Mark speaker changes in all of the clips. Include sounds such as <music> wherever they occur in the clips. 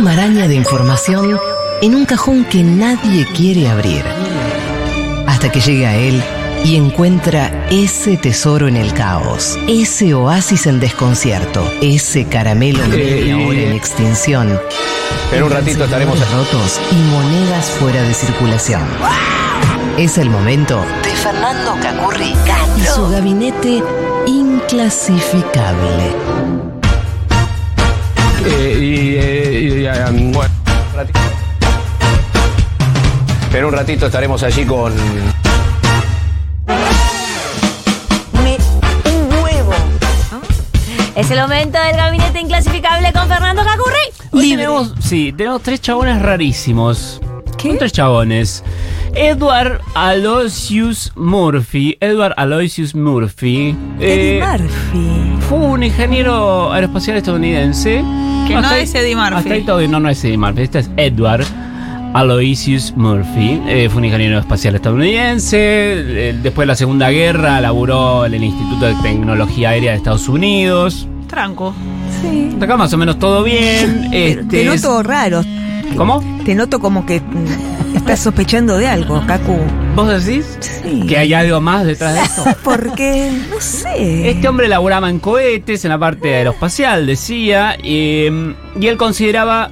Speaker 1: millones de información en un cajón que nadie quiere abrir. Hasta que llega a él y encuentra ese tesoro en el caos, ese oasis en desconcierto, ese caramelo media ahora en extinción.
Speaker 2: En un ratito estaremos
Speaker 1: rotos y monedas fuera de circulación. Es el momento de Fernando Cacurri y su gabinete inclasificable.
Speaker 2: Eh, y, eh, y, eh, um, bueno, un ratito. En un ratito estaremos allí con.
Speaker 3: Me- un huevo. ¿Ah? Es el momento del gabinete inclasificable con Fernando Cacurri.
Speaker 4: Hoy tenemos, sí, tenemos tres chabones rarísimos.
Speaker 3: ¿Qué?
Speaker 4: Son tres chabones. Edward Aloysius Murphy. Edward Aloysius Murphy. eh,
Speaker 3: Eddie Murphy.
Speaker 4: fue un ingeniero aeroespacial estadounidense.
Speaker 5: Que no es Eddie Murphy.
Speaker 4: Hasta ahí todo bien. no, no es Eddie Murphy. Este es Edward Aloysius Murphy. Eh, fue un ingeniero espacial estadounidense. Eh, después de la Segunda Guerra laburó en el Instituto de Tecnología Aérea de Estados Unidos.
Speaker 5: Tranco.
Speaker 3: Sí.
Speaker 4: Hasta acá más o menos todo bien. Este,
Speaker 6: Te
Speaker 4: es-
Speaker 6: noto raro,
Speaker 4: ¿Cómo?
Speaker 6: te noto como que mm, estás sospechando de algo, Kaku.
Speaker 4: ¿Vos decís?
Speaker 6: Sí.
Speaker 4: ¿Que hay algo más detrás de esto?
Speaker 6: Porque, no sé.
Speaker 4: Este hombre laburaba en cohetes, en la parte aeroespacial, decía, eh, y él consideraba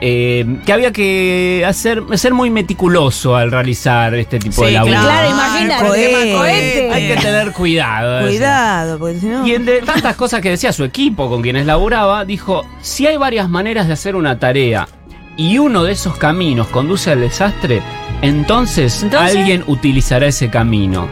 Speaker 4: eh, que había que hacer, ser muy meticuloso al realizar este tipo de laburo.
Speaker 5: claro,
Speaker 6: imagínate,
Speaker 5: cohete.
Speaker 6: cohete.
Speaker 4: Hay que tener cuidado. o sea.
Speaker 6: Cuidado, porque si no.
Speaker 4: Y entre tantas cosas que decía su equipo con quienes laburaba, dijo, si hay varias maneras de hacer una tarea y uno de esos caminos conduce al desastre, entonces,
Speaker 3: Entonces-
Speaker 4: alguien utilizará ese camino.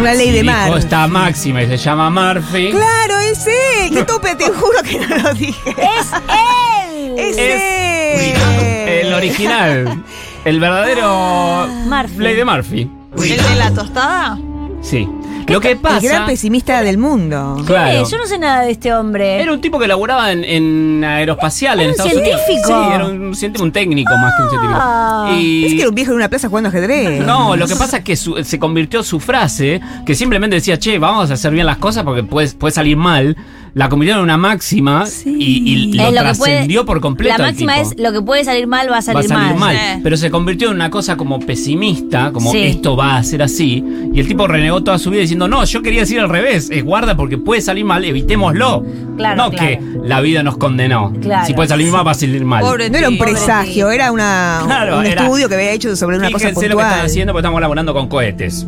Speaker 6: Una ley
Speaker 4: Sí,
Speaker 6: de
Speaker 4: dijo
Speaker 6: mar.
Speaker 4: esta máxima y se llama Murphy.
Speaker 6: Claro, es él. Qué tope, te juro que no lo dije.
Speaker 3: Es él.
Speaker 6: Es,
Speaker 4: Es
Speaker 6: él.
Speaker 4: El
Speaker 3: <laughs>
Speaker 4: original. El verdadero
Speaker 3: Murphy.
Speaker 4: Ley de Murphy.
Speaker 5: ¿El de la tostada?
Speaker 4: Sí. Lo que
Speaker 6: El gran
Speaker 4: pasa.
Speaker 6: pesimista del mundo.
Speaker 3: ¿Qué?
Speaker 4: Claro.
Speaker 3: Yo no sé nada de este hombre.
Speaker 4: Era un tipo que laburaba en, en aeroespacial
Speaker 3: Era
Speaker 4: en
Speaker 3: Ah, un
Speaker 4: Estados Unidos.
Speaker 3: científico.
Speaker 4: Sí, era un científico, un técnico más que un científico.
Speaker 3: Ah.
Speaker 4: Y-
Speaker 6: Es que era un viejo en una plaza jugando ajedrez.
Speaker 4: No, lo que pasa es que su- se convirtió su frase, que simplemente decía, che, vamos a hacer bien las cosas porque puede, puede salir mal, la convirtió en una máxima
Speaker 6: Sí.
Speaker 4: y, y
Speaker 3: Es
Speaker 4: lo,
Speaker 3: lo que puede-
Speaker 4: trascendió por completo.
Speaker 3: La
Speaker 4: al
Speaker 3: máxima
Speaker 4: tipo.
Speaker 3: es lo que puede salir mal va a salir,
Speaker 4: va a salir mal.
Speaker 5: Sí.
Speaker 4: Pero se convirtió en una cosa como pesimista, como
Speaker 3: Sí.
Speaker 4: esto va a ser así. Y el tipo renegó toda su vida diciendo, no, yo quería decir al revés, es guarda porque puede salir mal, evitémoslo.
Speaker 3: Claro, claro.
Speaker 4: no que la vida nos condenó.
Speaker 3: Claro.
Speaker 4: Si puede salir mal, va a salir mal.
Speaker 5: Pobre
Speaker 6: No era un
Speaker 5: tipo.
Speaker 6: presagio, era una,
Speaker 4: Claro,
Speaker 6: un
Speaker 4: era-
Speaker 6: estudio que había hecho sobre una cosa
Speaker 4: Fíjense lo que están
Speaker 6: puntual.
Speaker 4: haciendo porque estamos laborando con cohetes.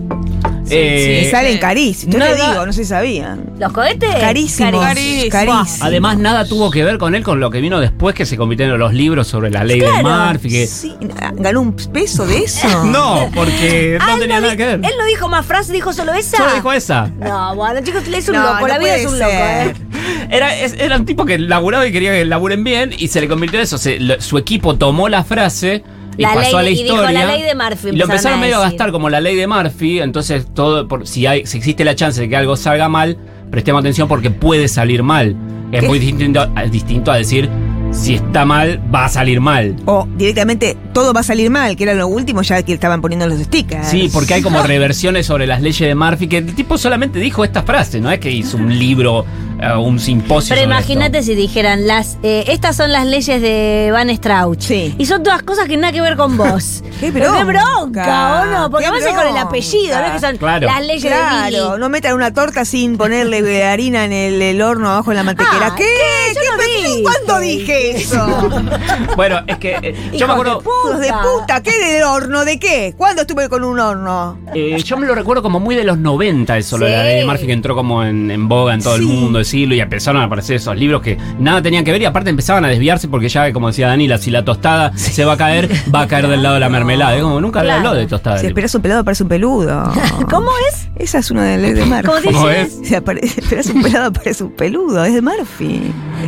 Speaker 4: Eh,
Speaker 6: Y salen carísimos. Yo te
Speaker 4: nada-
Speaker 6: digo, no Eh, se sabían.
Speaker 3: ¿Los cohetes?
Speaker 6: Carísimos.
Speaker 5: Carísimos.
Speaker 6: Carísimos.
Speaker 4: Además, nada tuvo que ver con él, con lo que vino después, que se convirtieron los libros sobre la ley de Murphy. que-
Speaker 6: Sí, ganó un peso de eso. <laughs>
Speaker 4: No, porque
Speaker 3: Ah,
Speaker 4: no
Speaker 3: él
Speaker 4: tenía
Speaker 3: no
Speaker 4: nada
Speaker 3: di-
Speaker 4: que ver.
Speaker 3: Él no dijo más frases, dijo solo esa.
Speaker 4: Solo dijo esa.
Speaker 3: No, bueno, chicos, él es un
Speaker 6: No,
Speaker 3: loco. La
Speaker 6: no
Speaker 3: vida es
Speaker 6: puede
Speaker 3: un loco, ¿eh?
Speaker 6: ser.
Speaker 4: Era, es- era un tipo que laburaba y quería que laburen bien y se le convirtió en eso. Se- lo- su equipo tomó la frase y
Speaker 3: La
Speaker 4: pasó
Speaker 3: ley-
Speaker 4: a la
Speaker 3: y dijo,
Speaker 4: historia.
Speaker 3: "La ley de Murphy",
Speaker 4: Y lo
Speaker 3: empezaron
Speaker 4: empezaron
Speaker 3: a
Speaker 4: medio a
Speaker 3: decir.
Speaker 4: gastar como la ley de Murphy. Entonces, todo por, si, hay, si existe la chance de que algo salga mal, prestemos atención porque puede salir mal. Es
Speaker 6: ¿Qué?
Speaker 4: muy distinto, a- distinto a decir si está mal, va a salir mal.
Speaker 6: O directamente todo va a salir mal, que era lo último ya que estaban poniendo los stickers.
Speaker 4: Sí, porque
Speaker 3: <laughs>
Speaker 4: hay como reversiones sobre las leyes de Murphy que el tipo solamente dijo esta frase, no es que hizo un libro, eh, un simposio.
Speaker 3: Pero
Speaker 4: sobre
Speaker 3: imagínate
Speaker 4: esto.
Speaker 3: si dijeran, las, eh, estas son las leyes de Van Strauch.
Speaker 6: Sí.
Speaker 3: Y son todas cosas que nada que ver con vos.
Speaker 6: <laughs> Qué
Speaker 3: Pero qué
Speaker 6: bronca,
Speaker 3: bronca, ¿o no? Porque
Speaker 6: qué
Speaker 3: además es con el
Speaker 6: bronca.
Speaker 3: apellido, ¿no? Es que son
Speaker 4: Claro.
Speaker 3: las leyes de
Speaker 6: Claro,
Speaker 3: Billy.
Speaker 6: no metan una torta sin ponerle de harina en el, el horno abajo en la mantequera.
Speaker 3: Ah,
Speaker 6: ¿Qué?
Speaker 3: ¿qué? Yo no
Speaker 6: ¿Qué?
Speaker 3: dije.
Speaker 6: ¿Cuándo dije <laughs> eso?
Speaker 4: Bueno, es que
Speaker 3: <laughs>
Speaker 4: eh, yo me
Speaker 3: Hijos de
Speaker 4: acuerdo.
Speaker 6: Hijos de puta, ¿qué del horno? ¿De qué? ¿Cuándo estuve con un horno?
Speaker 4: Eh, yo me lo recuerdo como muy de los 90 eso, lo de la
Speaker 3: Sí.
Speaker 4: ley de Murphy que entró como en, en boga en todo el
Speaker 6: Sí.
Speaker 4: mundo, decirlo, y empezaron a aparecer esos libros que nada tenían que ver y aparte empezaban a desviarse porque ya, como decía Dani, la, si la tostada se va a caer, va a caer del lado de la mermelada. Es como nunca
Speaker 3: Claro.
Speaker 4: habló de tostada.
Speaker 6: Si esperás un pelado, aparece un <laughs> peludo.
Speaker 3: ¿Cómo es?
Speaker 6: Esa es una de las de Murphy.
Speaker 3: ¿Cómo
Speaker 4: ¿Cómo
Speaker 3: dices?
Speaker 4: es?
Speaker 6: Si apare- <laughs> esperás un pelado, aparece un peludo. Es de Murphy.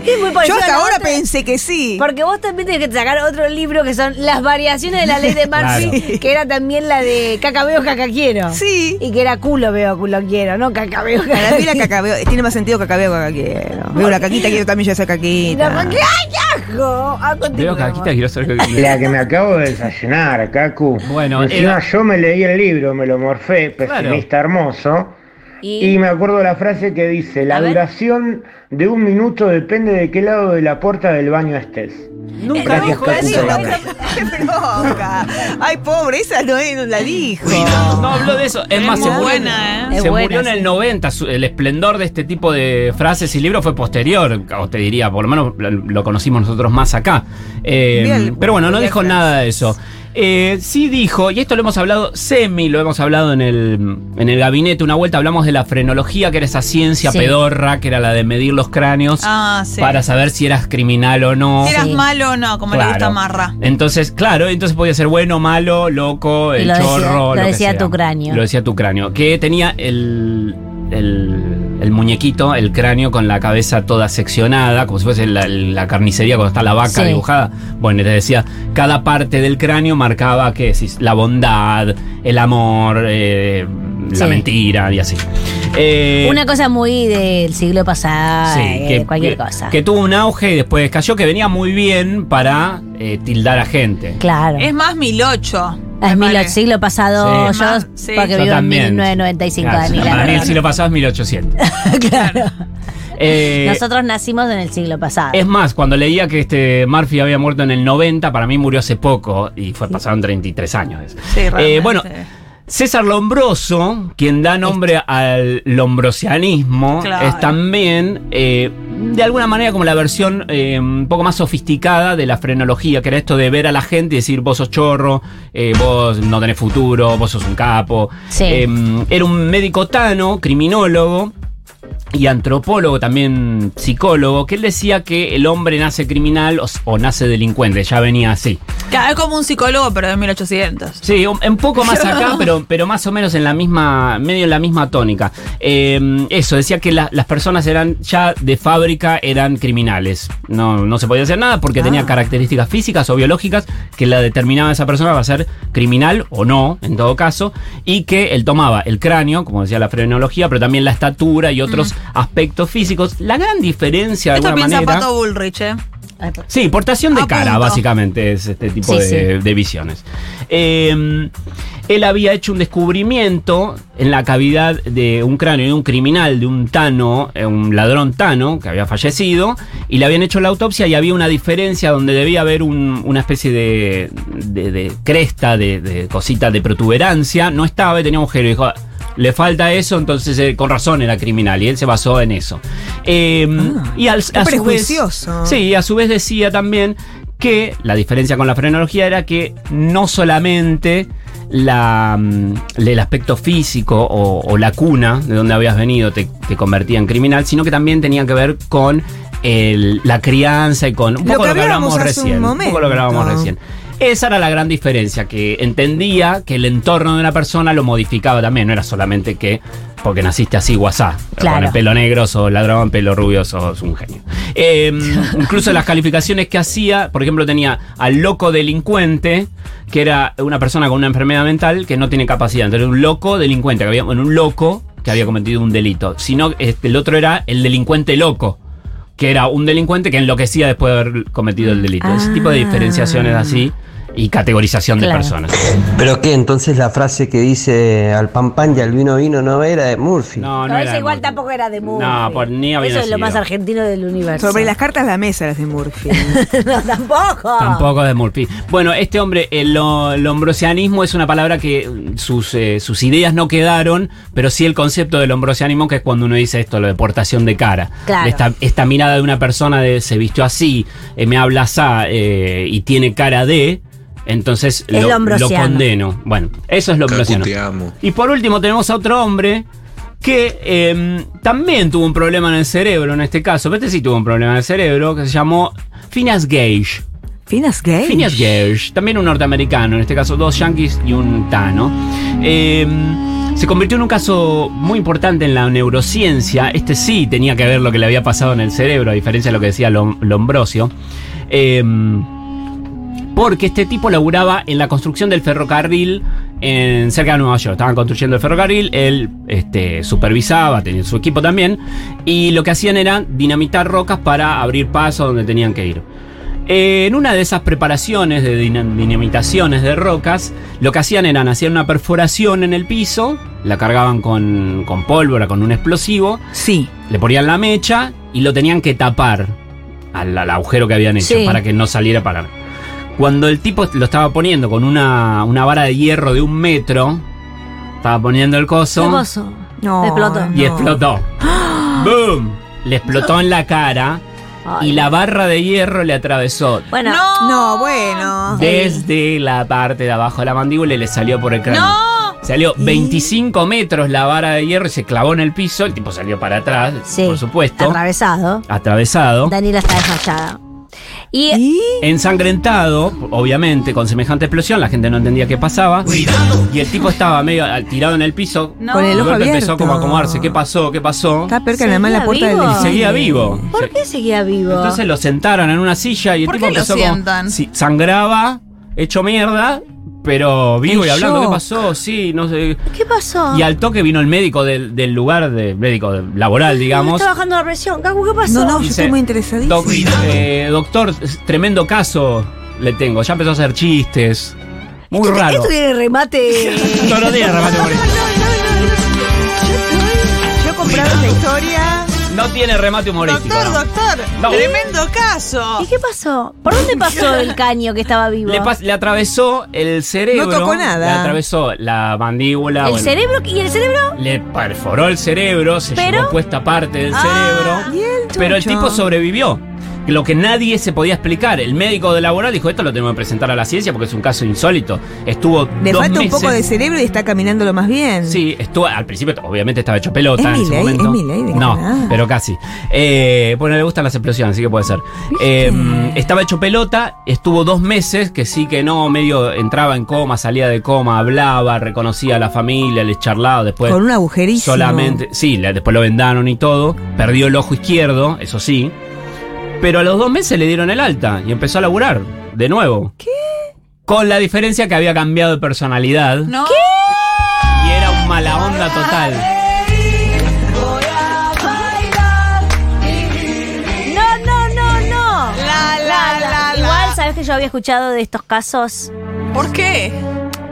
Speaker 3: Es muy
Speaker 5: Pues
Speaker 3: parecido
Speaker 6: Yo
Speaker 3: a
Speaker 6: hasta
Speaker 3: la
Speaker 6: ahora
Speaker 3: otra.
Speaker 6: pensé que sí.
Speaker 3: Porque vos también tenés que sacar otro libro que son las variaciones de la ley
Speaker 6: <laughs>
Speaker 3: de Murphy, que era también la de caca veo, caca quiero.
Speaker 6: Sí.
Speaker 3: Y que era culo veo, culo quiero, no caca veo, caca
Speaker 6: Para mí la
Speaker 3: quiero.
Speaker 6: cacabeo, tiene más sentido cacabeo que cacaquiero. Veo la caquita, quiero también yo hacer
Speaker 3: Y la
Speaker 6: caquita.
Speaker 3: man-
Speaker 5: <laughs>
Speaker 3: ¡Ay, ajo! Ah,
Speaker 4: Veo
Speaker 3: continuemos.
Speaker 4: que aquí te quiero hacer-
Speaker 7: La que me acabo de desayunar, Kaku.
Speaker 4: Bueno,
Speaker 7: Encima
Speaker 4: era-
Speaker 7: yo me leí el libro, me lo morfé,
Speaker 4: Claro.
Speaker 7: pesimista hermoso.
Speaker 3: Y-
Speaker 7: Y me acuerdo la frase que dice,
Speaker 3: A
Speaker 7: la
Speaker 3: ver.
Speaker 7: duración de un minuto depende de qué lado de la puerta del baño estés.
Speaker 4: Nunca
Speaker 7: Gracias,
Speaker 4: dijo
Speaker 7: Cacu,
Speaker 4: eso.
Speaker 7: por la
Speaker 6: ¡Qué bronca! Ay, pobre, esa no, es- no la dijo.
Speaker 4: No habló de eso. Es,
Speaker 5: Es
Speaker 4: más,
Speaker 5: muy
Speaker 4: se murió,
Speaker 5: buena,
Speaker 3: ¿eh?
Speaker 4: se
Speaker 3: Es buena,
Speaker 4: murió en el
Speaker 3: sí.
Speaker 4: 90. Su- El esplendor de este tipo de frases y libros fue posterior, o te diría, por lo menos lo, lo conocimos nosotros más acá. Eh,
Speaker 6: Bien,
Speaker 4: pero bueno, no
Speaker 6: bien,
Speaker 4: dijo
Speaker 6: Franz.
Speaker 4: nada de eso. Eh, sí dijo, y esto lo hemos hablado semi, lo hemos hablado en el, en el gabinete. Una vuelta hablamos de la frenología, que era esa ciencia
Speaker 3: Sí.
Speaker 4: pedorra, que era la de medir los cráneos
Speaker 5: Ah, sí.
Speaker 4: para saber si eras criminal o no.
Speaker 5: Si eras
Speaker 3: Sí.
Speaker 5: malo o no, como le gusta Marra.
Speaker 4: Entonces, claro, entonces podía ser bueno, malo, loco,
Speaker 3: Y
Speaker 4: el
Speaker 3: lo decía-
Speaker 4: chorro.
Speaker 3: lo
Speaker 4: que
Speaker 3: decía
Speaker 4: sea.
Speaker 3: tu cráneo.
Speaker 4: Lo decía tu cráneo. Que tenía el, el, el muñequito, el cráneo con la cabeza toda seccionada, como si fuese la, la carnicería cuando está la vaca
Speaker 3: Sí.
Speaker 4: dibujada. Bueno, y te decía, cada parte del cráneo marcaba, ¿qué decís? La bondad, el amor, eh,
Speaker 3: Sí.
Speaker 4: la mentira y así. Eh,
Speaker 3: Una cosa muy del siglo pasado,
Speaker 4: Sí,
Speaker 3: eh,
Speaker 4: que,
Speaker 3: cualquier
Speaker 4: que-
Speaker 3: cosa.
Speaker 4: que tuvo un auge y después cayó, que venía muy bien para eh, tildar a gente.
Speaker 3: claro.
Speaker 5: Es más 1008.
Speaker 3: Es
Speaker 5: me
Speaker 3: mil-
Speaker 5: parece.
Speaker 3: siglo pasado,
Speaker 4: Sí.
Speaker 3: yo,
Speaker 5: Más- sí.
Speaker 3: porque
Speaker 5: Yo
Speaker 3: vivo
Speaker 4: también.
Speaker 3: en 1995,
Speaker 4: Claro,
Speaker 3: Dani, la
Speaker 4: Para mí el
Speaker 3: verdad.
Speaker 4: siglo pasado
Speaker 3: <laughs>
Speaker 4: es 1800.
Speaker 3: Claro.
Speaker 4: Eh,
Speaker 3: Nosotros nacimos en el siglo pasado.
Speaker 4: es más, cuando leía que este Murphy había muerto en el 90, para mí murió hace poco y fue pasaron 33 años.
Speaker 5: Sí, realmente.
Speaker 4: Eh, bueno, César Lombroso, quien da nombre al lombrosianismo,
Speaker 5: Claro.
Speaker 4: es también eh, de alguna manera como la versión eh, un poco más sofisticada de la frenología, que era esto de ver a la gente y decir vos sos chorro, eh, vos no tenés futuro, vos sos un capo.
Speaker 3: Sí.
Speaker 4: Eh, era un médico tano, criminólogo. Y antropólogo, también psicólogo, que él decía que el hombre nace criminal o, o nace delincuente, ya venía así.
Speaker 5: Claro, es como un psicólogo, pero de 1800.
Speaker 4: Sí, un, un poco
Speaker 5: <laughs>
Speaker 4: más acá, pero, pero más o menos en la misma, medio en la misma tónica. Eh, eso, decía que la- las personas eran, ya de fábrica eran criminales. No, no se podía hacer nada
Speaker 5: Ah.
Speaker 4: porque tenía características físicas o biológicas que la determinaba esa persona va a ser criminal o no, en todo caso, y que él tomaba el cráneo, como decía la frenología, pero también la estatura y otros aspectos físicos. La gran diferencia de
Speaker 5: Esto
Speaker 4: alguna
Speaker 5: piensa
Speaker 4: manera.
Speaker 5: Pato Bullrich, ¿eh?
Speaker 3: Ay, por-
Speaker 4: Sí, portación de
Speaker 5: A
Speaker 4: cara,
Speaker 5: punto.
Speaker 4: básicamente, es este tipo
Speaker 3: Sí,
Speaker 4: de,
Speaker 3: sí.
Speaker 4: de visiones. Eh, él había hecho un descubrimiento en la cavidad de un cráneo de un criminal, de un tano, eh, un ladrón tano, que había fallecido, y le habían hecho la autopsia y había una diferencia donde debía haber un- una especie de, de- de cresta, de, de cosita de protuberancia. No estaba y tenía un agujero. Y Dijo, le falta eso, entonces eh, con razón era criminal, y él se basó en eso. Eh, y al,
Speaker 6: qué prejuicioso.
Speaker 4: sí, y a su vez decía también que la diferencia con la frenología era que no solamente la, mm, el aspecto físico o, o la cuna de donde habías venido te, te convertía en criminal, sino que también tenía que ver con el- la crianza y con un
Speaker 6: Lo
Speaker 4: poco
Speaker 6: que
Speaker 4: lo que
Speaker 6: hablábamos
Speaker 4: hablábamos
Speaker 6: hace un
Speaker 4: recién. Un poco lo que hablábamos
Speaker 6: momento.
Speaker 4: recién. Esa era la gran diferencia, que entendía que el entorno de una persona lo modificaba también, no era solamente que porque naciste así, guasá, con
Speaker 3: Claro.
Speaker 4: el pelo negro, sos ladrón, pelo rubio, sos un genio. Eh, incluso las calificaciones que hacía, por ejemplo, tenía al loco delincuente, que era una persona con una enfermedad mental que no tiene capacidad, entonces un loco delincuente, que había, bueno, un loco que había cometido un delito, sino este, el otro era el delincuente loco. Que era un delincuente que enloquecía después de haber cometido el delito. Ese tipo de diferenciaciones así y categorización
Speaker 3: Claro.
Speaker 4: de personas.
Speaker 8: Pero que entonces la frase que dice al pan pan y al vino vino no era de Murphy.
Speaker 4: No, no
Speaker 3: No,
Speaker 4: era
Speaker 3: esa igual
Speaker 4: Murphy.
Speaker 3: tampoco era de Murphy.
Speaker 4: No, por, ni había
Speaker 3: Eso es lo
Speaker 4: nacido.
Speaker 3: más argentino del universo.
Speaker 6: Sobre las cartas la mesa las de
Speaker 5: <laughs>
Speaker 6: Murphy.
Speaker 3: <laughs> no, tampoco.
Speaker 4: Tampoco de Murphy. Bueno, este hombre, el, lo- lombrosianismo es una palabra que mm, sus, eh, sus ideas no quedaron, pero sí el concepto del lombrosianismo, que es cuando uno dice esto, la deportación de cara.
Speaker 3: Claro.
Speaker 4: De Esta, esta mirada de una persona de se vistió así, eh, me habla así eh, y tiene cara de. Entonces
Speaker 3: Es
Speaker 4: lo, lo
Speaker 3: lombrosiano.
Speaker 4: condeno. Bueno, eso es lombrosiano. Y por último tenemos a otro hombre que eh, también tuvo un problema en el cerebro en este caso, pero este sí tuvo un problema en el cerebro, que se llamó Phineas Gage.
Speaker 6: ¿Finas gay?
Speaker 4: Phineas Gage, también un norteamericano, en este caso dos yanquis y un tano. Eh, se convirtió en un caso muy importante en la neurociencia. Este sí tenía que ver lo que le había pasado en el cerebro, a diferencia de lo que decía Lom- Lombrosio. Eh, porque este tipo laburaba en la construcción del ferrocarril en, cerca de Nueva York. Estaban construyendo el ferrocarril, él este, supervisaba, tenía su equipo también, y lo que hacían era dinamitar rocas para abrir paso donde tenían que ir. Eh, En una de esas preparaciones de dinam- dinamitaciones de rocas, lo que hacían eran hacían una perforación en el piso, la cargaban con, con pólvora, con un explosivo,
Speaker 6: Sí.
Speaker 4: le ponían la mecha y lo tenían que tapar. al, al agujero que habían hecho
Speaker 3: Sí.
Speaker 4: para que no saliera a parar. Cuando el tipo lo estaba poniendo con una, una vara de hierro de un metro, estaba poniendo el coso
Speaker 3: Hermoso.
Speaker 6: No, eh,
Speaker 3: Explotó.
Speaker 4: y
Speaker 6: no.
Speaker 4: explotó. ¡Boom! Le explotó en la cara
Speaker 3: Ay.
Speaker 4: y la barra de hierro le atravesó
Speaker 3: Bueno,
Speaker 5: No.
Speaker 6: No, bueno.
Speaker 4: desde la parte de abajo de la mandíbula y le salió por el cráneo.
Speaker 5: No.
Speaker 4: Salió 25 metros la vara de hierro y se clavó en el piso. El tipo salió para atrás,
Speaker 3: sí.
Speaker 4: por supuesto.
Speaker 3: Atravesado.
Speaker 4: atravesado.
Speaker 3: Daniela está desfachada. Y,
Speaker 4: Ensangrentado, obviamente, con semejante explosión, la gente no entendía qué pasaba. Y el tipo estaba medio al- tirado en el piso.
Speaker 5: No.
Speaker 6: Con
Speaker 4: De
Speaker 6: el ojo
Speaker 4: golpe empezó
Speaker 6: abierto.
Speaker 4: como a acomodarse. ¿Qué pasó? ¿Qué pasó?
Speaker 6: Está peor que la mala
Speaker 3: Seguía
Speaker 6: puerta del
Speaker 3: vivo.
Speaker 6: delfín.
Speaker 4: Seguía vivo.
Speaker 3: ¿Por
Speaker 4: Se-
Speaker 3: qué seguía vivo?
Speaker 4: Entonces lo sentaron en una silla y el
Speaker 5: ¿Por
Speaker 4: tipo
Speaker 5: qué lo
Speaker 4: empezó como-
Speaker 5: sientan?
Speaker 4: sí, sangraba, hecho mierda, pero vivo
Speaker 6: En
Speaker 4: y hablando. ¿Qué
Speaker 6: shock.
Speaker 4: pasó? Sí, no sé.
Speaker 3: ¿Qué pasó?
Speaker 4: Y al toque vino el médico del, del lugar, de, médico de- laboral,
Speaker 3: Me
Speaker 4: digamos.
Speaker 3: está bajando la presión. Cacu, ¿qué pasó?
Speaker 6: No, no, yo
Speaker 4: Dice,
Speaker 6: estoy muy interesadísima.
Speaker 4: Doc- eh, doctor, es tremendo caso le tengo. Ya empezó a hacer chistes. Muy
Speaker 3: Esto-
Speaker 4: raro.
Speaker 3: Esto tiene
Speaker 4: <laughs>
Speaker 3: remate.
Speaker 4: Todos los días remate humorista.
Speaker 6: Yo he comprado esta historia.
Speaker 4: No tiene remate humorístico.
Speaker 5: Doctor,
Speaker 4: no.
Speaker 5: doctor.
Speaker 4: No.
Speaker 5: Tremendo caso.
Speaker 3: ¿Y qué pasó? ¿Por dónde
Speaker 6: <laughs>
Speaker 3: pasó el caño que estaba vivo?
Speaker 4: Le, pas- le atravesó el cerebro.
Speaker 6: No tocó nada.
Speaker 4: Le atravesó la mandíbula.
Speaker 3: ¿El
Speaker 4: bueno,
Speaker 3: cerebro? ¿Y el cerebro?
Speaker 4: Le perforó el cerebro, se
Speaker 3: Pero-
Speaker 4: llevó puesta parte del cerebro.
Speaker 6: Y el
Speaker 4: Pero el
Speaker 6: chocho.
Speaker 4: tipo sobrevivió. Lo que nadie se podía explicar. El médico de laboral dijo: Esto lo tenemos que presentar a la ciencia porque es un caso insólito. Estuvo.
Speaker 6: Le
Speaker 4: dos
Speaker 6: falta un
Speaker 4: meses-
Speaker 6: poco de cerebro y está caminando lo más bien.
Speaker 4: Sí, estuvo, al principio obviamente estaba hecho pelota
Speaker 6: Es
Speaker 4: en ese
Speaker 6: Milei,
Speaker 4: momento.
Speaker 6: es Milei, de
Speaker 4: no,
Speaker 6: verdad.
Speaker 4: pero casi. Eh, bueno, le gustan las explosiones, así que puede ser. Eh, estaba hecho pelota, estuvo dos meses, que sí que no, medio entraba en coma, salía de coma, hablaba, reconocía a la familia, les charlaba después.
Speaker 6: Con un agujerito.
Speaker 4: Solamente, sí, le- después lo vendaron y todo. Perdió el ojo izquierdo, eso sí. Pero a los dos meses le dieron el alta y empezó a laburar de nuevo. ¿Qué? Con la diferencia que había cambiado de personalidad.
Speaker 5: No.
Speaker 4: Y era un mala onda total.
Speaker 3: No, no, no, no.
Speaker 5: La, la, la, la.
Speaker 3: Igual, ¿sabes que yo había escuchado de estos casos?
Speaker 5: ¿Por qué?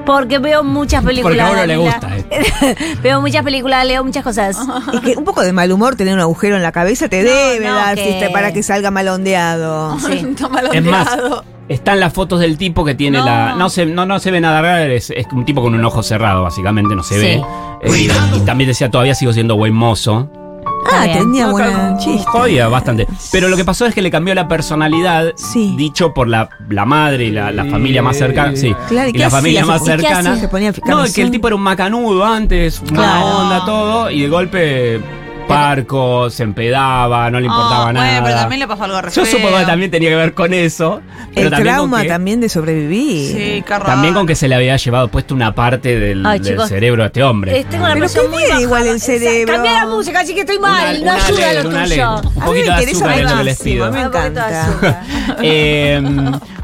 Speaker 3: Porque veo muchas películas.
Speaker 4: Porque a uno le
Speaker 3: Daniela.
Speaker 4: gusta, eh.
Speaker 3: veo muchas películas, leo muchas cosas.
Speaker 6: Y que un poco de mal humor tener un agujero en la cabeza te debe
Speaker 3: no,
Speaker 6: dar
Speaker 3: que-
Speaker 6: fiesta para que salga mal ondeado.
Speaker 3: Sí.
Speaker 5: Está mal
Speaker 4: Es más,
Speaker 5: ondeado.
Speaker 4: están las fotos del tipo que tiene
Speaker 5: No.
Speaker 4: la. No se, no, no se ve nada raro, es, es un tipo con un ojo cerrado, básicamente, no se
Speaker 3: Sí.
Speaker 4: ve. Eh, y también decía, todavía sigo siendo buen mozo.
Speaker 6: Ah,
Speaker 3: bien.
Speaker 6: tenía buena chiste.
Speaker 4: Jodía bastante. Pero lo que pasó es que le cambió la personalidad,
Speaker 6: Sí.
Speaker 4: dicho por la, la madre y la, la familia más cercana. Sí,
Speaker 6: Claro, ¿y
Speaker 4: y
Speaker 6: qué
Speaker 4: la familia
Speaker 6: hacía?
Speaker 4: más
Speaker 6: ¿Y qué
Speaker 4: cercana.
Speaker 6: hacía? Se ponía
Speaker 4: No,
Speaker 6: camisón.
Speaker 4: es que el tipo era un macanudo antes, una
Speaker 3: Claro.
Speaker 4: onda, todo, y de golpe parco, se empedaba, no le importaba
Speaker 5: Oh,
Speaker 4: nada.
Speaker 5: Bueno, pero también le pasó algo re
Speaker 4: Yo
Speaker 5: feo.
Speaker 4: supongo que también tenía que ver con eso. Pero
Speaker 6: El
Speaker 4: también
Speaker 6: trauma
Speaker 4: con que,
Speaker 6: también de sobrevivir.
Speaker 5: Sí, qué raro.
Speaker 4: También con que se le había llevado puesto una parte del,
Speaker 3: Ay,
Speaker 4: del
Speaker 3: chicos.
Speaker 4: cerebro a este hombre.
Speaker 3: Eh, Tengo la
Speaker 6: Pero
Speaker 3: presión
Speaker 6: qué
Speaker 3: muy
Speaker 6: bien
Speaker 3: baja.
Speaker 6: igual el
Speaker 3: O sea,
Speaker 6: cerebro.
Speaker 3: Cambia la música, así que estoy mal.
Speaker 4: Una-
Speaker 3: no
Speaker 4: una
Speaker 3: ayuda
Speaker 4: ley,
Speaker 3: lo
Speaker 4: una
Speaker 3: tuyo.
Speaker 4: ley. Un
Speaker 6: A mí me
Speaker 4: poquito de
Speaker 6: interesa
Speaker 4: azúcar es lo que
Speaker 6: muchísimo,
Speaker 4: les pido.
Speaker 6: a mí
Speaker 3: Un poquito de
Speaker 6: encanta.
Speaker 3: azúcar.
Speaker 4: Eh,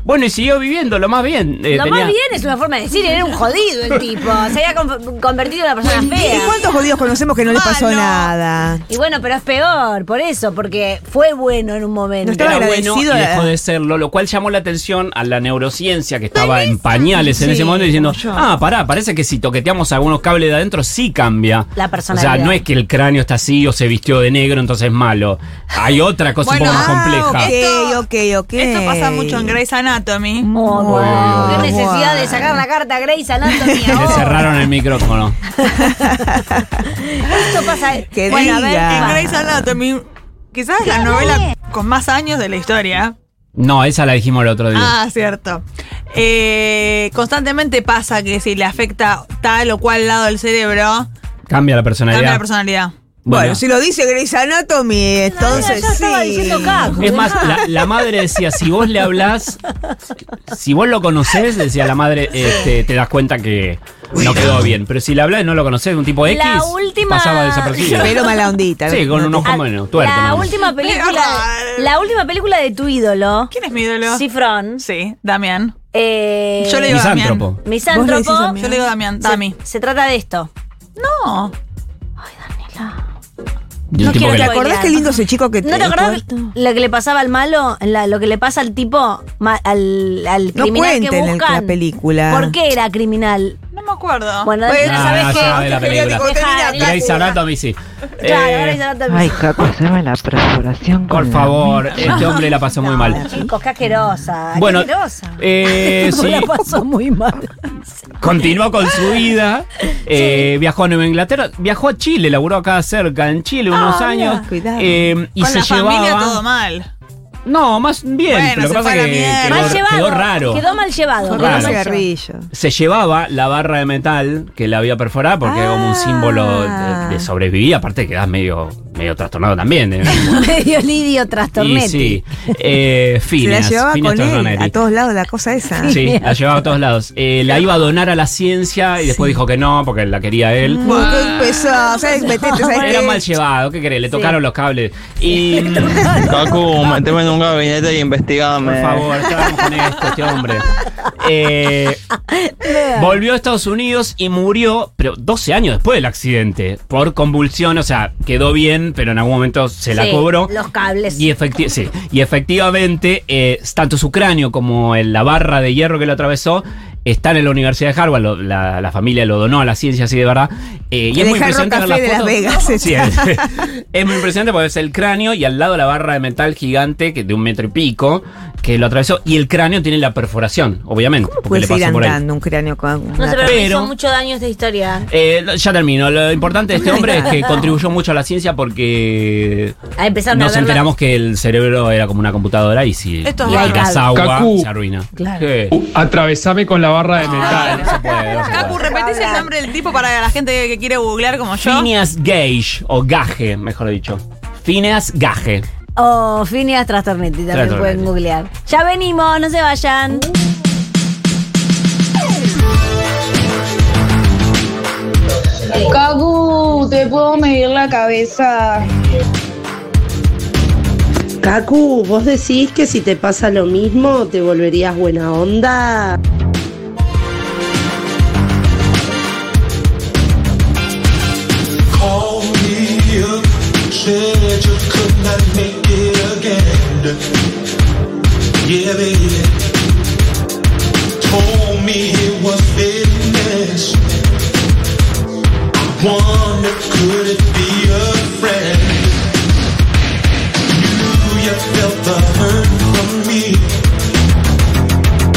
Speaker 4: bueno, y siguió viviendo lo más bien. eh,
Speaker 3: Lo
Speaker 4: tenía-
Speaker 3: más bien es una forma de decir, era un jodido el tipo. Se había con- convertido en una persona
Speaker 6: ¿Y
Speaker 3: fea.
Speaker 6: cuántos jodidos conocemos que no les pasó
Speaker 5: Malo.
Speaker 6: nada?
Speaker 3: Y bueno, pero es peor, por eso, porque fue bueno en un momento.
Speaker 6: No estaba
Speaker 4: Era bueno y
Speaker 6: agradecido a-
Speaker 4: dejó de serlo, lo cual llamó la atención a la neurociencia que estaba en pañales en
Speaker 6: Sí,
Speaker 4: ese momento diciendo,
Speaker 6: como yo.
Speaker 4: ah, pará, parece que si toqueteamos algunos cables de adentro sí cambia.
Speaker 3: La personalidad.
Speaker 4: O sea, no es que el cráneo está así o se vistió de negro, entonces es malo. Hay otra cosa un
Speaker 5: Bueno,
Speaker 4: poco más
Speaker 6: ah,
Speaker 4: compleja.
Speaker 5: Esto-
Speaker 6: ok, ok, ok.
Speaker 5: Esto pasa mucho en Grey's Anatomy.
Speaker 3: Oh, no.
Speaker 6: Uy, uy,
Speaker 3: Qué
Speaker 6: uy.
Speaker 3: necesidad de sacar la carta a Grace Anatomy.
Speaker 4: Le
Speaker 3: ahora.
Speaker 4: cerraron el micrófono.
Speaker 3: Esto pasa.
Speaker 6: Que
Speaker 3: bueno,
Speaker 6: diga.
Speaker 3: a
Speaker 5: En
Speaker 3: ver.
Speaker 5: Grey's Anatomy, quizás la novela con más años de la historia.
Speaker 4: No, esa la dijimos el otro día.
Speaker 5: Ah, cierto. Eh, constantemente pasa que si le afecta tal o cual lado del cerebro,
Speaker 4: Cambia la personalidad.
Speaker 5: cambia la personalidad.
Speaker 6: Bueno,
Speaker 4: Bueno.
Speaker 6: si lo dice Grey's Anatomy, entonces
Speaker 3: Yo estaba
Speaker 6: sí.
Speaker 3: diciendo caco.
Speaker 4: Es más, la, la madre decía, si vos le hablás, si vos lo conocés, decía la madre, este, te das cuenta que no quedó bien. Pero si le hablás y no lo conocés, un tipo X,
Speaker 3: La última-
Speaker 4: pasaba desapercibido.
Speaker 6: Pero mala ondita.
Speaker 4: Sí, con un
Speaker 6: te-
Speaker 4: ojo
Speaker 3: Ah,
Speaker 4: menos, tuerto.
Speaker 3: la
Speaker 4: nomás.
Speaker 3: última película.
Speaker 5: Pero-
Speaker 3: La última película de tu ídolo.
Speaker 5: ¿Quién es mi ídolo?
Speaker 3: Cifrón.
Speaker 5: Sí, Damián.
Speaker 3: Eh,
Speaker 5: Yo le digo
Speaker 4: Misántropo.
Speaker 6: Vos le decís a
Speaker 3: Misántropo.
Speaker 6: mí.
Speaker 5: Yo le digo Damián, Dami.
Speaker 3: Se, se trata de esto.
Speaker 5: No.
Speaker 4: Y un
Speaker 3: No
Speaker 4: tipo
Speaker 3: quiero
Speaker 4: que
Speaker 6: ¿Te
Speaker 4: la-
Speaker 3: que
Speaker 6: acordás qué lindo ese chico que
Speaker 3: ¿No te acordás lo que le pasaba al malo? La- lo que le pasa al tipo, ma- al, al
Speaker 6: No
Speaker 3: criminal que
Speaker 6: cuenten el-
Speaker 3: buscan.
Speaker 6: la película.
Speaker 3: ¿Por qué era criminal?
Speaker 5: No me acuerdo.
Speaker 3: Bueno,
Speaker 6: Bueno,
Speaker 3: deja-
Speaker 6: ¿sabés
Speaker 4: no,
Speaker 6: qué?
Speaker 4: yo no vi Ah, la
Speaker 6: Este
Speaker 4: película.
Speaker 6: periódico, usted
Speaker 3: Deja,
Speaker 6: mira,
Speaker 3: deja.
Speaker 4: Grey's Anatomy sí.
Speaker 3: Claro,
Speaker 4: Eh,
Speaker 3: ahora ya no te-
Speaker 9: Ay, Caco, haceme la perforación con
Speaker 4: por
Speaker 9: la
Speaker 4: favor, este hombre la pasó muy mal.
Speaker 3: Chicos, qué asquerosa. qué
Speaker 4: Bueno,
Speaker 3: asquerosa. <laughs>
Speaker 4: eh, sí,
Speaker 3: La pasó muy mal.
Speaker 4: continuó con su
Speaker 5: <laughs>
Speaker 4: vida. eh, Viajó a Nueva Inglaterra, viajó a Chile, laburó acá cerca, en Chile unos
Speaker 5: Ah, mira.
Speaker 4: años.
Speaker 6: Cuidado.
Speaker 4: eh, y
Speaker 5: Con
Speaker 4: se
Speaker 5: la familia
Speaker 4: llevaba.
Speaker 5: todo mal.
Speaker 4: No, más bien.
Speaker 5: Bueno,
Speaker 4: lo que
Speaker 5: se
Speaker 4: pasa
Speaker 5: fue a
Speaker 4: que
Speaker 5: la mierda.
Speaker 4: quedó-
Speaker 3: mal
Speaker 5: Quedó-
Speaker 3: llevado.
Speaker 4: quedó raro.
Speaker 3: Quedó mal llevado.
Speaker 6: Fue
Speaker 3: quedó
Speaker 6: con
Speaker 4: Claro.
Speaker 6: un
Speaker 3: mal llevado.
Speaker 6: cigarrillo.
Speaker 4: se llevaba la barra de metal que la había perforado porque era como un
Speaker 6: Ah.
Speaker 4: símbolo
Speaker 5: Ah.
Speaker 4: de, de sobrevivir. Aparte, quedás medio, medio trastornado también.
Speaker 5: <laughs>
Speaker 4: ¿eh?
Speaker 3: <laughs> Medio lidio
Speaker 4: y
Speaker 3: trastornete.
Speaker 4: sí.
Speaker 5: <laughs>
Speaker 4: Eh,
Speaker 6: Se la
Speaker 4: Phineas,
Speaker 6: llevaba
Speaker 4: Phineas
Speaker 6: con él,
Speaker 4: Trastornelli.
Speaker 6: a todos lados la cosa esa.
Speaker 4: Sí, la llevaba a todos lados. Eh, la iba a donar a la ciencia y después dijo que no porque la quería él.
Speaker 6: Vos empezó, ¿sabes? Metete, ¿sabes
Speaker 4: Era
Speaker 6: qué?
Speaker 4: mal llevado, ¿qué querés? Le tocaron los cables. Y.
Speaker 10: Cacu, meteme en un gabinete y investigame.
Speaker 4: Por favor, estábamos con esto, este hombre. Eh, volvió a Estados Unidos y murió, pero 12 años después del accidente, por convulsión, o sea, quedó bien, pero en algún momento se la
Speaker 3: Sí,
Speaker 4: cobró.
Speaker 3: Los cables.
Speaker 4: Y, efecti- sí, y efectivamente, eh, tanto su cráneo como en la barra de hierro que lo atravesó están en la Universidad de Harvard. lo- la, la familia lo donó a la ciencia, así de verdad. Eh, y
Speaker 6: Le
Speaker 4: es muy
Speaker 6: dejaron
Speaker 4: impresionante ver
Speaker 6: café
Speaker 4: las
Speaker 6: de Las
Speaker 4: fotos.
Speaker 6: Vegas,
Speaker 4: Sí, es, <laughs> es muy impresionante porque es el cráneo y al lado la barra de metal gigante que de un metro y pico que lo atravesó. Y el cráneo tiene la perforación, obviamente, porque le
Speaker 6: Puedes ir
Speaker 4: pasó por ahí.
Speaker 6: andando un cráneo con
Speaker 3: No
Speaker 6: una
Speaker 3: sé, pero, me
Speaker 4: Pero-
Speaker 3: hizo mucho daño esta historia.
Speaker 4: Eh, lo- ya termino. Lo importante
Speaker 6: <laughs>
Speaker 4: de este hombre es que contribuyó mucho a la ciencia porque
Speaker 3: Ah, empezaron a
Speaker 4: nos
Speaker 3: ver la-
Speaker 4: enteramos que el cerebro era como una computadora y si
Speaker 5: Esto es
Speaker 4: le
Speaker 5: verdad.
Speaker 4: picas agua
Speaker 2: Cacú.
Speaker 4: se arruina.
Speaker 3: Claro.
Speaker 4: Sí.
Speaker 2: Uh, atravesame con la barra de metal.
Speaker 4: Ah, No, no se puede, no se
Speaker 5: Cacu,
Speaker 4: puede.
Speaker 5: repetís el nombre del tipo para la gente que quiere googlear como yo.
Speaker 4: Phineas Gage, o Gage, mejor dicho. Phineas Gage.
Speaker 3: O Phineas Trastornetti, Oh, también
Speaker 4: Trastornetti.
Speaker 3: pueden googlear. Ya venimos, no se vayan.
Speaker 11: Cagu, te puedo medir la cabeza.
Speaker 12: Cacu, ¿vos decís que si te pasa lo mismo te volverías buena onda?
Speaker 10: One that could